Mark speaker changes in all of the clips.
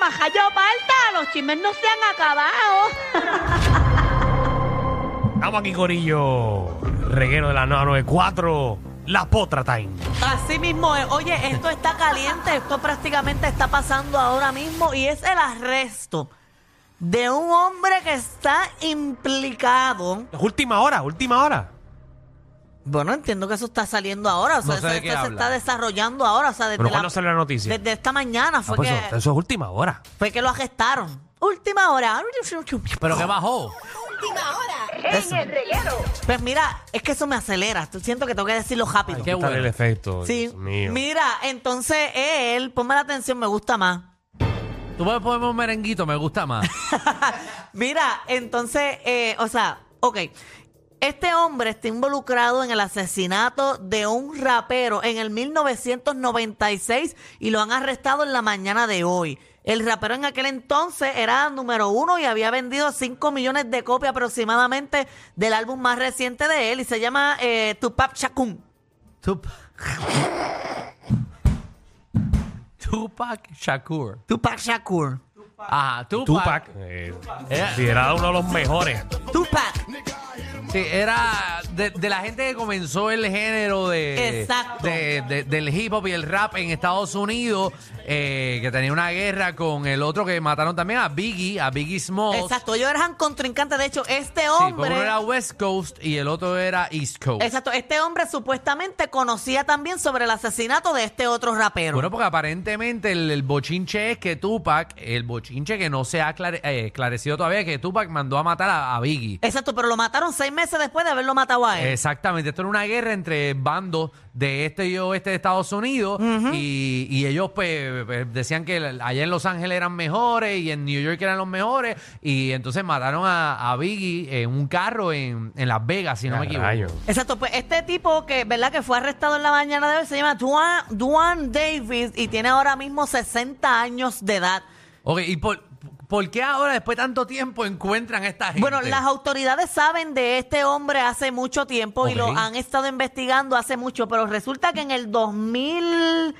Speaker 1: majayo palta, los chismes no se han acabado.
Speaker 2: Estamos aquí, Corillo. Reguero de la 994. La Potra Time.
Speaker 1: Así mismo, es. oye, esto está caliente, esto prácticamente está pasando ahora mismo y es el arresto de un hombre que está implicado.
Speaker 2: Última hora, última hora.
Speaker 1: Bueno, entiendo que eso está saliendo ahora, o sea,
Speaker 3: No sé
Speaker 1: eso-
Speaker 3: de qué
Speaker 1: esto se
Speaker 3: habla.
Speaker 1: está desarrollando ahora, o sea, desde,
Speaker 2: Bueno,
Speaker 1: la-
Speaker 2: ¿cuándo sale la noticia?
Speaker 1: desde esta mañana
Speaker 2: Ah,
Speaker 1: fue,
Speaker 2: pues
Speaker 1: que,
Speaker 2: eso, eso es última hora.
Speaker 1: fue que lo arrestaron. Última hora.
Speaker 3: Pero que bajó.
Speaker 1: Eso. Pues mira, es que eso me acelera, siento que tengo que decirlo rápido.
Speaker 2: Qué
Speaker 3: bueno.
Speaker 2: el efecto.
Speaker 1: Sí,
Speaker 2: Dios mío.
Speaker 1: mira, entonces eh, él, ponme la atención, me gusta más.
Speaker 3: Tú puedes ponerme un merenguito, me gusta más.
Speaker 1: Mira, entonces, eh, o sea, ok. Este hombre está involucrado en el asesinato de un rapero en el 1996 y lo han arrestado en la mañana de hoy. El rapero en aquel entonces era número uno y había vendido 5 millones de copias aproximadamente del álbum más reciente de él y se llama eh, Tupac Shakur.
Speaker 3: Tupac. Tupac Shakur.
Speaker 1: Tupac Shakur.
Speaker 3: Ajá, Tupac.
Speaker 2: Tupac. eh, Considerado uno de los mejores.
Speaker 1: Tupac.
Speaker 3: Sí, era de, de la gente que comenzó el género de,
Speaker 1: Exacto.
Speaker 3: de- de- del hip hop y el rap en Estados Unidos, eh, que tenía una guerra con el otro que mataron también a Biggie, a Biggie Smalls.
Speaker 1: Exacto, ellos eran contrincantes. De hecho, este
Speaker 3: Sí,
Speaker 1: hombre.
Speaker 3: porque uno era West Coast y el otro era East Coast.
Speaker 1: Exacto, este hombre supuestamente conocía también sobre el asesinato de este otro rapero.
Speaker 3: Bueno, porque aparentemente el, el bochinche es que Tupac, el bochinche que no se ha aclare- eh, esclarecido todavía, que Tupac mandó a matar a, a Biggie.
Speaker 1: Exacto, pero lo mataron seis meses después de haberlo matado a él.
Speaker 3: Exactamente, esto era una guerra entre bandos de este y oeste de Estados Unidos y, y ellos pues, pues, decían que el- allá en Los Ángeles eran mejores y en New York eran los mejores y entonces mataron a, a Biggie en un carro en, en Las Vegas, si no me equivoco.
Speaker 2: Rayo.
Speaker 1: Exacto, pues este tipo que, ¿verdad? Que fue arrestado en la mañana de hoy se llama Duan, Duan Davis y tiene ahora mismo 60 años de edad.
Speaker 3: Ok, ¿y por, por qué ahora después de tanto tiempo encuentran a esta gente?
Speaker 1: Bueno, las autoridades saben de este hombre hace mucho tiempo y
Speaker 3: Ok.
Speaker 1: lo han estado investigando hace mucho, pero resulta que en el 2000,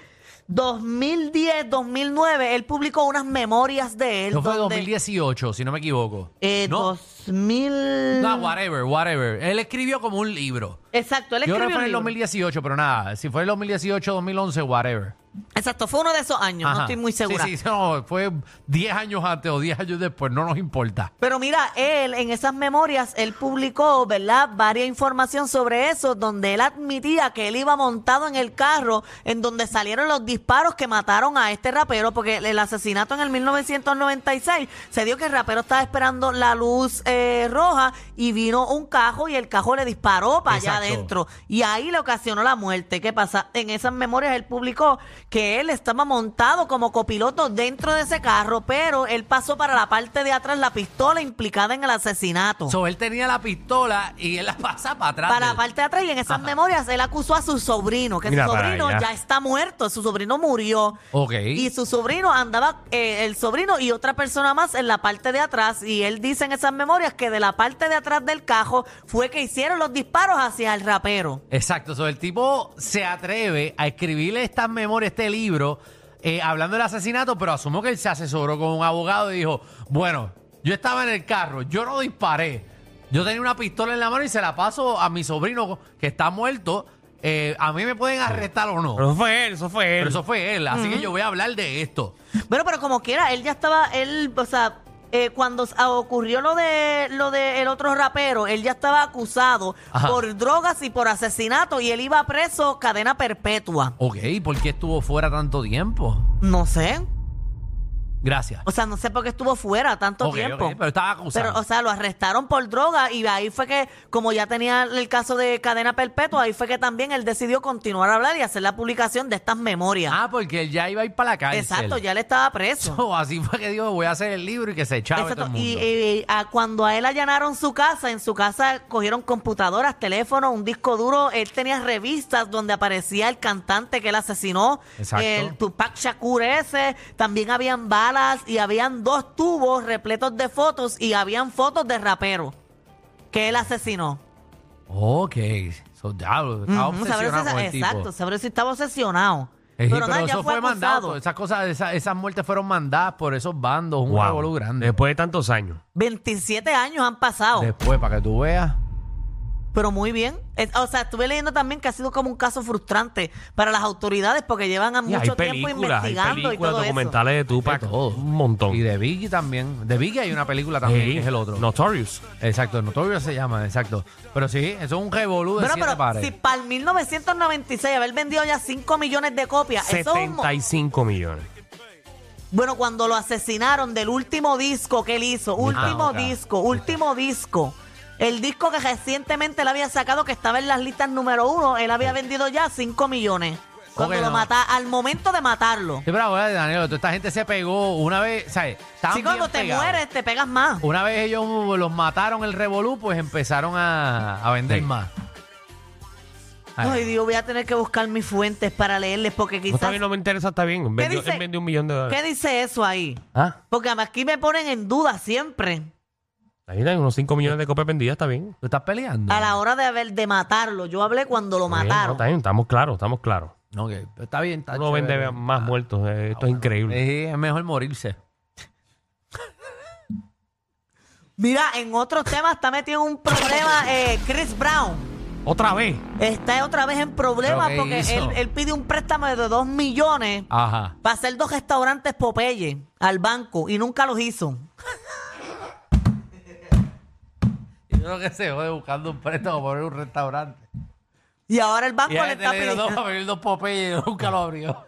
Speaker 1: 2010, 2009, él publicó unas memorias de él.
Speaker 3: Eso fue
Speaker 1: donde-
Speaker 3: 2018, si no me equivoco.
Speaker 1: Eh,
Speaker 3: no,
Speaker 1: 2000.
Speaker 3: no, whatever, whatever. Él escribió como un libro.
Speaker 1: Exacto, él
Speaker 3: Yo creo que
Speaker 1: escribió
Speaker 3: fue en
Speaker 1: un
Speaker 3: el
Speaker 1: libro.
Speaker 3: 2018, pero nada. Si fue en el 2018, 2011, whatever.
Speaker 1: Exacto, fue uno de esos años, no
Speaker 3: Ajá.
Speaker 1: estoy muy
Speaker 3: Sí,
Speaker 1: segura.
Speaker 3: Sí, no, fue 10 años antes o 10 años después, no nos importa.
Speaker 1: Pero mira, él en esas memorias, él publicó, ¿verdad? Varia información sobre eso, donde él admitía que él iba montado en el carro en donde salieron los disparos que mataron a este rapero, porque el- el asesinato en el 1996 se dio que el rapero estaba esperando la luz eh, roja y vino un cajo y el cajo le disparó para allá
Speaker 3: Exacto.
Speaker 1: adentro. Y ahí le ocasionó la muerte. ¿Qué pasa? En esas memorias él publicó que él estaba montado como copiloto dentro de ese carro, pero él pasó para la parte de atrás la pistola implicada en el asesinato.
Speaker 3: So, él tenía la pistola y él la pasa para atrás.
Speaker 1: Oh. para
Speaker 3: de
Speaker 1: la
Speaker 3: él.
Speaker 1: parte de atrás y en esas memorias él acusó a su sobrino, que
Speaker 2: Mira
Speaker 1: su
Speaker 2: para
Speaker 1: sobrino
Speaker 2: allá.
Speaker 1: ya está muerto, su sobrino murió.
Speaker 3: Ok.
Speaker 1: Y su sobrino andaba, eh, el sobrino y otra persona más en la parte de atrás. Y él dice en esas memorias que de la parte de atrás del cajo fue que hicieron los disparos hacia el rapero.
Speaker 3: Exacto, so, el tipo se atreve a escribirle estas memorias, este libro, eh, hablando del asesinato, pero asumo que él se asesoró con un abogado y dijo, bueno, yo estaba en el carro, yo no disparé, yo tenía una pistola en la mano y se la paso a mi sobrino que está muerto, eh, a mí me pueden arrestar o no.
Speaker 2: Pero eso fue él, eso fue él.
Speaker 3: Pero eso fue él, así que yo voy a hablar de esto.
Speaker 1: Bueno, pero como quiera, él ya estaba, él, o sea, eh, cuando s- ah, ocurrió lo de lo del otro rapero, él ya estaba acusado
Speaker 3: Ajá.
Speaker 1: por drogas y por asesinato y él iba preso cadena perpetua.
Speaker 3: Ok, ¿por qué estuvo fuera tanto tiempo?
Speaker 1: No sé.
Speaker 3: Gracias.
Speaker 1: O sea, no sé por qué estuvo fuera tanto
Speaker 3: Ok,
Speaker 1: tiempo.
Speaker 3: ok, pero estaba acusado.
Speaker 1: Pero, o sea, lo arrestaron por droga y ahí fue que, como ya tenía el caso de cadena perpetua, ahí fue que también él decidió continuar a hablar y hacer la publicación de estas memorias.
Speaker 3: Ah, porque él ya iba a ir para la cárcel.
Speaker 1: Exacto, ya él estaba preso.
Speaker 3: So, así fue que dijo, voy a hacer el libro y que se echaba todo
Speaker 1: Exacto.
Speaker 3: el
Speaker 1: Y
Speaker 3: mundo.
Speaker 1: eh, a- cuando a él allanaron su casa, en su casa cogieron computadoras, teléfonos, un disco duro. Él tenía revistas donde aparecía el cantante que él asesinó,
Speaker 3: Exacto.
Speaker 1: el Tupac Shakur ese. También habían balas y habían dos tubos repletos de fotos y habían fotos de rapero que él asesinó.
Speaker 3: Ok, so, diablo, estaba
Speaker 1: Ujú, sabrá
Speaker 3: obsesionado
Speaker 1: si-
Speaker 3: con el tipo.
Speaker 1: exacto, sabrá si estaba obsesionado.
Speaker 3: Eh,
Speaker 1: Pero
Speaker 3: Pero,
Speaker 1: nada, ya
Speaker 3: eso
Speaker 1: fue
Speaker 3: fue, mandado.
Speaker 1: acusado.
Speaker 3: Esas cosas, esa- esas muertes fueron mandadas por esos bandos, un
Speaker 2: Wow.
Speaker 3: revolú grande.
Speaker 2: Después de tantos años.
Speaker 1: 27 años han pasado.
Speaker 3: Después, para que tú veas.
Speaker 1: Pero muy bien. Es- o sea, estuve leyendo también que ha sido como un caso frustrante para las autoridades porque llevan a
Speaker 2: Y hay
Speaker 1: mucho tiempo
Speaker 2: películas, hay
Speaker 1: investigando y
Speaker 2: películas,
Speaker 1: todo eso.
Speaker 2: documentales de Tupac,
Speaker 3: De todo.
Speaker 2: un montón.
Speaker 3: Y de Biggie también. De Biggie hay una película también,
Speaker 2: Sí.
Speaker 3: que es el otro.
Speaker 2: Notorious.
Speaker 3: Exacto, Notorio se llama, exacto. Pero sí, eso es un revolú de
Speaker 1: Bueno,
Speaker 3: siete
Speaker 1: pero
Speaker 3: pares.
Speaker 1: si para el 1996 haber vendido ya 5 millones de copias, eso es un mo-
Speaker 2: 75 millones.
Speaker 1: Bueno, cuando lo asesinaron del último disco que él hizo, último
Speaker 3: ok.
Speaker 1: disco, último disco. El disco que recientemente él había sacado, que estaba en las listas número uno, él había vendido ya 5 millones. Cuando
Speaker 3: Ok,
Speaker 1: lo
Speaker 3: no.
Speaker 1: mata, al momento de matarlo.
Speaker 3: Sí, pero ahora, Danilo, toda esta gente se pegó una vez, ¿sabes? Estaban
Speaker 1: Si cuando
Speaker 3: bien
Speaker 1: te
Speaker 3: pegados.
Speaker 1: mueres, te pegas más.
Speaker 3: Una vez ellos los mataron el revolú, pues empezaron a, a vender
Speaker 2: Sí.
Speaker 3: más. Ay,
Speaker 1: Ay, Dios, voy a tener que buscar mis fuentes para leerles, porque
Speaker 2: No está
Speaker 1: quizás.
Speaker 2: bien, no me interesa, está bien. Vendió-
Speaker 1: dice?
Speaker 2: él vendió un millón de
Speaker 1: ¿Qué
Speaker 2: dólares.
Speaker 1: dice eso ahí?
Speaker 3: ¿Ah?
Speaker 1: Porque además aquí me ponen en duda siempre
Speaker 2: Ahí hay unos 5 millones de copias vendidas, está bien.
Speaker 3: ¿Tú estás peleando?
Speaker 1: a la hora de haber de matarlo. Yo hablé cuando lo
Speaker 2: Está bien, no,
Speaker 1: mataron.
Speaker 2: está bien, estamos claros, estamos claros.
Speaker 3: No, que pues, está bien, está
Speaker 2: Uno
Speaker 3: chévere.
Speaker 2: vende más
Speaker 3: Ah,
Speaker 2: muertos. eh, Esto es increíble.
Speaker 3: sí, es mejor morirse.
Speaker 1: Mira, en otros temas está metido en un problema eh, Chris Brown.
Speaker 3: Eh.
Speaker 2: Otra vez.
Speaker 1: Está otra vez en problemas
Speaker 3: ¿Pero qué
Speaker 1: porque
Speaker 3: hizo?
Speaker 1: él, él pide un préstamo de 2 millones
Speaker 3: Ajá.
Speaker 1: para hacer dos restaurantes Popeye al banco y nunca los hizo.
Speaker 3: Yo creo que se jode buscando un préstamo para abrir un restaurante.
Speaker 1: Y ahora el banco
Speaker 3: Y
Speaker 1: le
Speaker 3: a este
Speaker 1: Ah, pues, está
Speaker 3: le dieron dos
Speaker 1: pidiendo.
Speaker 3: para abrir dos Popeye y nunca lo abrió.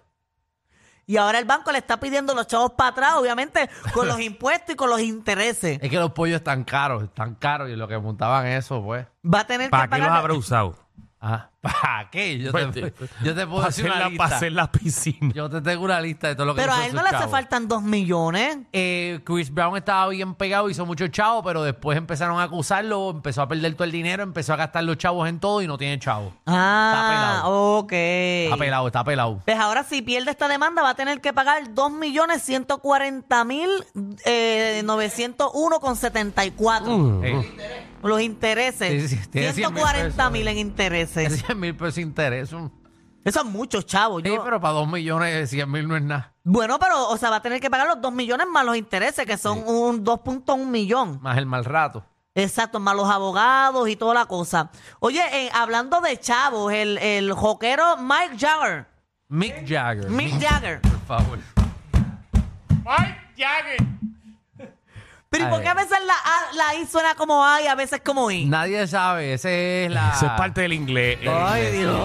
Speaker 1: Y ahora el banco le está pidiendo los chavos para atrás, obviamente, con los impuestos y con los intereses.
Speaker 3: Es que los pollos están caros, están caros y lo que montaban eso, pues.
Speaker 1: Va a tener
Speaker 2: ¿Para
Speaker 1: que
Speaker 2: qué
Speaker 1: pagar.
Speaker 2: los habrá usado?
Speaker 3: Ajá. Ah, ¿Para qué? Yo te,
Speaker 2: Pues,
Speaker 3: yo te puedo
Speaker 2: Para hacer
Speaker 3: decir una
Speaker 2: la-
Speaker 3: lista.
Speaker 2: para hacer la piscina.
Speaker 3: Yo te tengo una lista de todo lo que
Speaker 1: Pero
Speaker 3: hizo
Speaker 1: a él
Speaker 3: sus
Speaker 1: no le hace
Speaker 3: chavos.
Speaker 1: faltan dos millones.
Speaker 3: Eh, Chris Brown estaba bien pegado, hizo mucho chavo, pero después empezaron a acusarlo, empezó a perder todo el dinero, empezó a gastar los chavos en todo y no tiene chavo.
Speaker 1: Ah, ok.
Speaker 3: Está pelado, está pelado.
Speaker 1: Pues ahora si pierde esta demanda va a tener que pagar eh, 2.140.901,74.
Speaker 3: Eh,
Speaker 1: Los intereses.
Speaker 3: Sí, sí, sí, tiene
Speaker 1: 140 mil en
Speaker 3: es
Speaker 1: intereses.
Speaker 3: 100 mil pesos de interés. un-
Speaker 1: Eso es mucho, chavo.
Speaker 3: Sí,
Speaker 1: yo-
Speaker 3: pero para 2 millones, 100 mil no es nada.
Speaker 1: Bueno, pero o sea, va a tener que pagar los 2 millones más los intereses, que son un 2.1 millón.
Speaker 3: Más el mal rato.
Speaker 1: Exacto, más los abogados y toda la cosa. Oye, eh, hablando de chavos, el, el joquero Mike Jagger.
Speaker 3: Mick Jagger.
Speaker 1: Mick Jagger.
Speaker 3: Por favor.
Speaker 1: Pero ¿y por qué a veces la, A- la I suena como A y a veces como I?
Speaker 3: Nadie sabe, ese es la.
Speaker 2: Eso es parte del inglés. eh.
Speaker 3: Ay, Dios.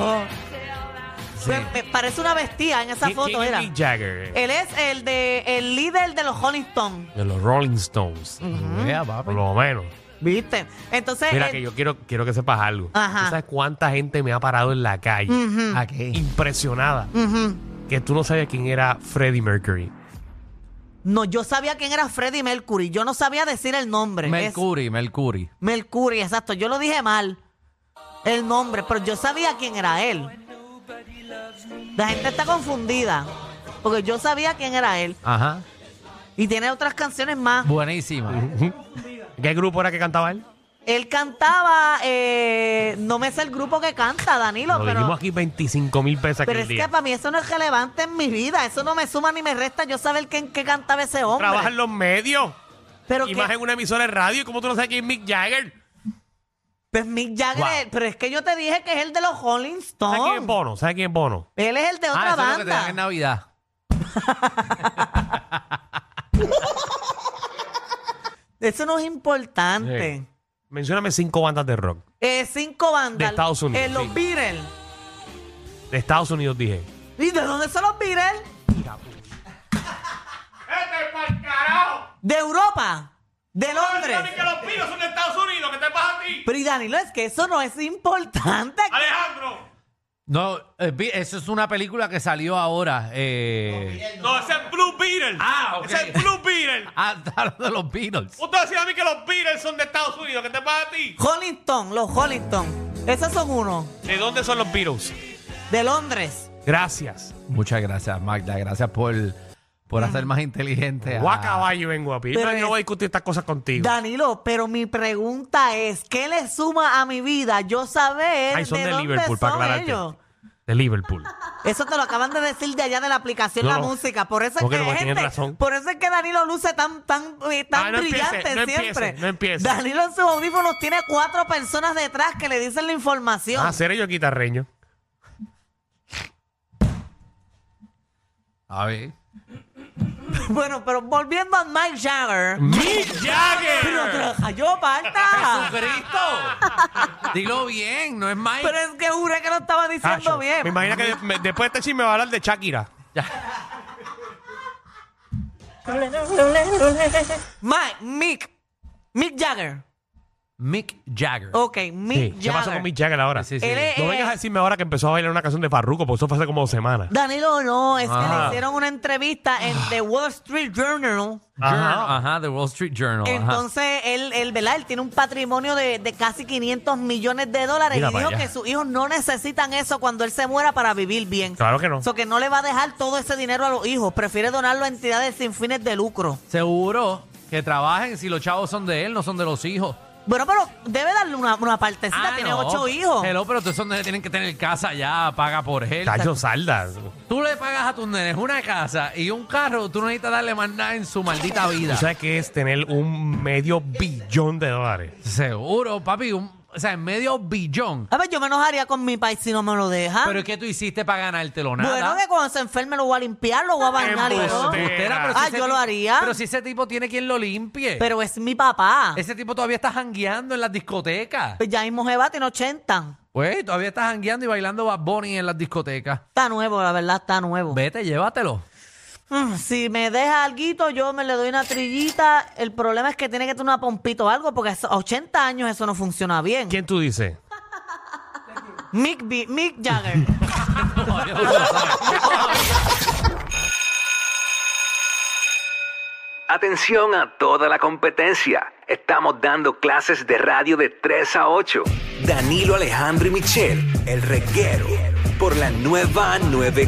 Speaker 3: Sí.
Speaker 1: Pues, me parece una bestia en esa
Speaker 2: ¿Quién-
Speaker 1: foto,
Speaker 2: quién es
Speaker 1: era. Eh.
Speaker 2: Mick Jagger?
Speaker 1: Él es el de el líder de los Rolling Stones,
Speaker 2: De los Rolling Stones.
Speaker 1: Mm.
Speaker 3: Vea, papi.
Speaker 2: Por lo menos.
Speaker 1: Eh, ¿viste? Entonces, eh,
Speaker 2: Mira
Speaker 1: él-
Speaker 2: que yo quiero, quiero que sepas algo.
Speaker 1: Ajá. Mm.
Speaker 2: ¿Tú sabes cuánta gente me ha parado en la calle?
Speaker 3: ¿A qué?
Speaker 2: Impresionada.
Speaker 1: Ujú.
Speaker 2: Que tú no sabías quién era Freddie Mercury.
Speaker 1: no, yo sabía quién era Freddie Mercury, yo no sabía decir el nombre. Es-
Speaker 3: Mercury, Mercury.
Speaker 1: Mercury, exacto, yo lo dije mal el nombre, pero yo sabía quién era él. La gente está confundida, porque yo sabía quién era él
Speaker 3: Ajá.
Speaker 1: y tiene otras canciones más.
Speaker 3: Buenísima.
Speaker 2: ¿Qué grupo era que cantaba él?
Speaker 1: Él cantaba, eh, no me sé el grupo que canta, Danilo,
Speaker 2: Lo
Speaker 1: pero...
Speaker 2: dijimos aquí 25 mil pesos
Speaker 1: Pero
Speaker 2: aquel
Speaker 1: es que
Speaker 2: día.
Speaker 1: para mí eso no es relevante en mi vida. Eso no me suma ni me resta yo saber quién qué cantaba ese hombre.
Speaker 2: Trabaja en los medios.
Speaker 1: pero
Speaker 2: Y
Speaker 1: que-
Speaker 2: más en una emisora de radio. ¿Y ¿Cómo tú no sabes quién es Mick Jagger?
Speaker 1: pues Mick Jagger,
Speaker 2: Wow.
Speaker 1: es- pero es que yo te dije que es el de los Rolling
Speaker 2: ¿Sabes quién es
Speaker 1: Stones.
Speaker 2: Bono? ¿Sabes quién es Bono?
Speaker 1: Él es el de otra
Speaker 3: ah, eso es lo que te dan en
Speaker 1: banda.
Speaker 3: Navidad.
Speaker 1: Eso no es importante.
Speaker 2: Sí. Mencióname cinco bandas de rock.
Speaker 1: Eh, cinco bandas.
Speaker 2: De Estados Unidos,
Speaker 1: Eh, los
Speaker 2: sí.
Speaker 1: Beatles.
Speaker 2: De Estados Unidos dije.
Speaker 1: ¿Y de dónde son los Beatles?
Speaker 4: ¡Este es para carajo!
Speaker 1: De Europa. De Londres.
Speaker 4: que los pinos son de Estados Unidos! ¿Qué te pasa a ti?
Speaker 1: Pero y Danilo, es que eso no es importante.
Speaker 4: ¡Alejandro!
Speaker 3: No, eh, vi- eso es una película que salió ahora. Eh,
Speaker 4: No, ese es Blue Beetle.
Speaker 3: Ah, ok.
Speaker 4: Ese es Blue Beetle.
Speaker 3: hasta lo ah, de los Beatles.
Speaker 4: Usted decía a mí que los Beatles son de Estados Unidos. ¿Qué te pasa a ti?
Speaker 1: Rolling Stones, los Rolling Stones. Esos son uno.
Speaker 2: ¿De dónde son los Beatles?
Speaker 1: De Londres.
Speaker 2: Gracias.
Speaker 3: Muchas gracias, Magda. Gracias por, por hacer más inteligente. a-
Speaker 2: Voy a caballo y vengo a pie.
Speaker 1: Pero
Speaker 2: Pero yo
Speaker 1: es-
Speaker 2: no voy a discutir estas cosas contigo.
Speaker 1: Danilo, pero mi pregunta es, ¿qué le suma a mi vida yo saber
Speaker 2: Ay, son
Speaker 1: de,
Speaker 2: de
Speaker 1: dónde
Speaker 2: Liverpool,
Speaker 1: son
Speaker 2: para aclararte.
Speaker 1: ellos?
Speaker 2: de Liverpool.
Speaker 1: Eso te lo acaban de decir de allá de la aplicación
Speaker 2: No,
Speaker 1: La
Speaker 2: no.
Speaker 1: Música. Por eso es
Speaker 2: No, que
Speaker 1: que,
Speaker 2: no, tienen
Speaker 1: gente,
Speaker 2: razón.
Speaker 1: por eso es que Danilo luce tan, tan, eh, tan
Speaker 2: Ah, no
Speaker 1: brillante
Speaker 2: empiece, no empiece,
Speaker 1: siempre.
Speaker 2: no empiece.
Speaker 1: Danilo en sus audífonos tiene cuatro personas detrás que le dicen la información.
Speaker 2: Ah, seré yo guitarreño.
Speaker 3: A ver.
Speaker 1: Bueno, pero volviendo a Mike Jagger.
Speaker 2: Mick
Speaker 1: Pero
Speaker 2: Jagger.
Speaker 1: traja yo parta.
Speaker 3: ¡Jesucristo! Dilo bien, no es Mike.
Speaker 1: Pero es que juré que lo estaba diciendo
Speaker 2: Hacho,
Speaker 1: bien.
Speaker 2: Me imagino que de- me- después de este chisme va a hablar de Shakira.
Speaker 1: Mike, Mick. Mick Jagger.
Speaker 3: Mick Jagger.
Speaker 1: Ok, Mick
Speaker 2: Sí.
Speaker 1: Jagger.
Speaker 2: ¿Qué pasa con Mick Jagger ahora?
Speaker 3: Sí, sí,
Speaker 1: Él es-
Speaker 2: No
Speaker 1: eh,
Speaker 2: vengas a decirme ahora que empezó a bailar una canción de Farruko, porque eso fue hace como dos semanas.
Speaker 1: Danilo, no, es que le
Speaker 3: Ah.
Speaker 1: hicieron una entrevista
Speaker 2: Ah.
Speaker 1: en The Wall Street Journal.
Speaker 3: Journal,
Speaker 2: Ajá.
Speaker 3: ajá, The Wall Street Journal. ajá.
Speaker 1: Entonces, él, él, ¿verdad? Él tiene un patrimonio de, de casi 500 millones de dólares
Speaker 2: Mira
Speaker 1: y
Speaker 2: para
Speaker 1: dijo
Speaker 2: allá.
Speaker 1: que sus hijos no necesitan eso cuando él se muera para vivir bien.
Speaker 2: Claro que no.
Speaker 1: O sea, que no le va a dejar todo ese dinero a los hijos. Prefiere donarlo a entidades sin fines de lucro.
Speaker 3: Seguro que trabajen si los chavos son de él, no son de los hijos.
Speaker 1: Bueno, pero debe darle una, una partecita. tiene
Speaker 3: Ah, no.
Speaker 1: ocho hijos.
Speaker 3: Hello, pero todos esos nenes tienen que tener casa ya, paga por él.
Speaker 2: Cacho Salda.
Speaker 3: Tú le pagas a tus nenes una casa y un carro, tú no necesitas darle más nada en su maldita vida.
Speaker 2: ¿Tú sabes qué es tener un medio billón de dólares?
Speaker 3: Seguro, papi, un- o sea, en medio billón.
Speaker 1: A ver, yo me enojaría con mi país si no me lo deja.
Speaker 3: Pero ¿qué tú hiciste para ganártelo? Nada.
Speaker 1: Ah. bueno, que cuando se enferme lo voy a limpiar, lo voy a bañar y todo.
Speaker 2: Embustero.
Speaker 3: Embustera, pero
Speaker 1: Ah,
Speaker 3: ese
Speaker 1: yo lo
Speaker 3: tipo-
Speaker 1: haría.
Speaker 3: Pero si ese tipo tiene quien lo limpie.
Speaker 1: Pero ah. es mi papá.
Speaker 3: Ese tipo todavía está jangueando en las discotecas.
Speaker 1: Pues Ya mismo Jeva tiene 80.
Speaker 3: Pues todavía está jangueando y bailando Bad Bunny en las discotecas.
Speaker 1: Está nuevo, la verdad, está nuevo.
Speaker 3: Vete, llévatelo.
Speaker 1: Mm, Si me deja algo, yo me le doy una trillita. El problema es que tiene que tener una pompita o algo, porque a 80 años eso no funciona bien.
Speaker 2: ¿Quién tú dices?
Speaker 1: Mick, B- Mick Jagger.
Speaker 5: Atención a toda la competencia. Estamos dando clases de radio de 3 a 8. Danilo Alejandro y Michel, el reguero, por la nueva 9.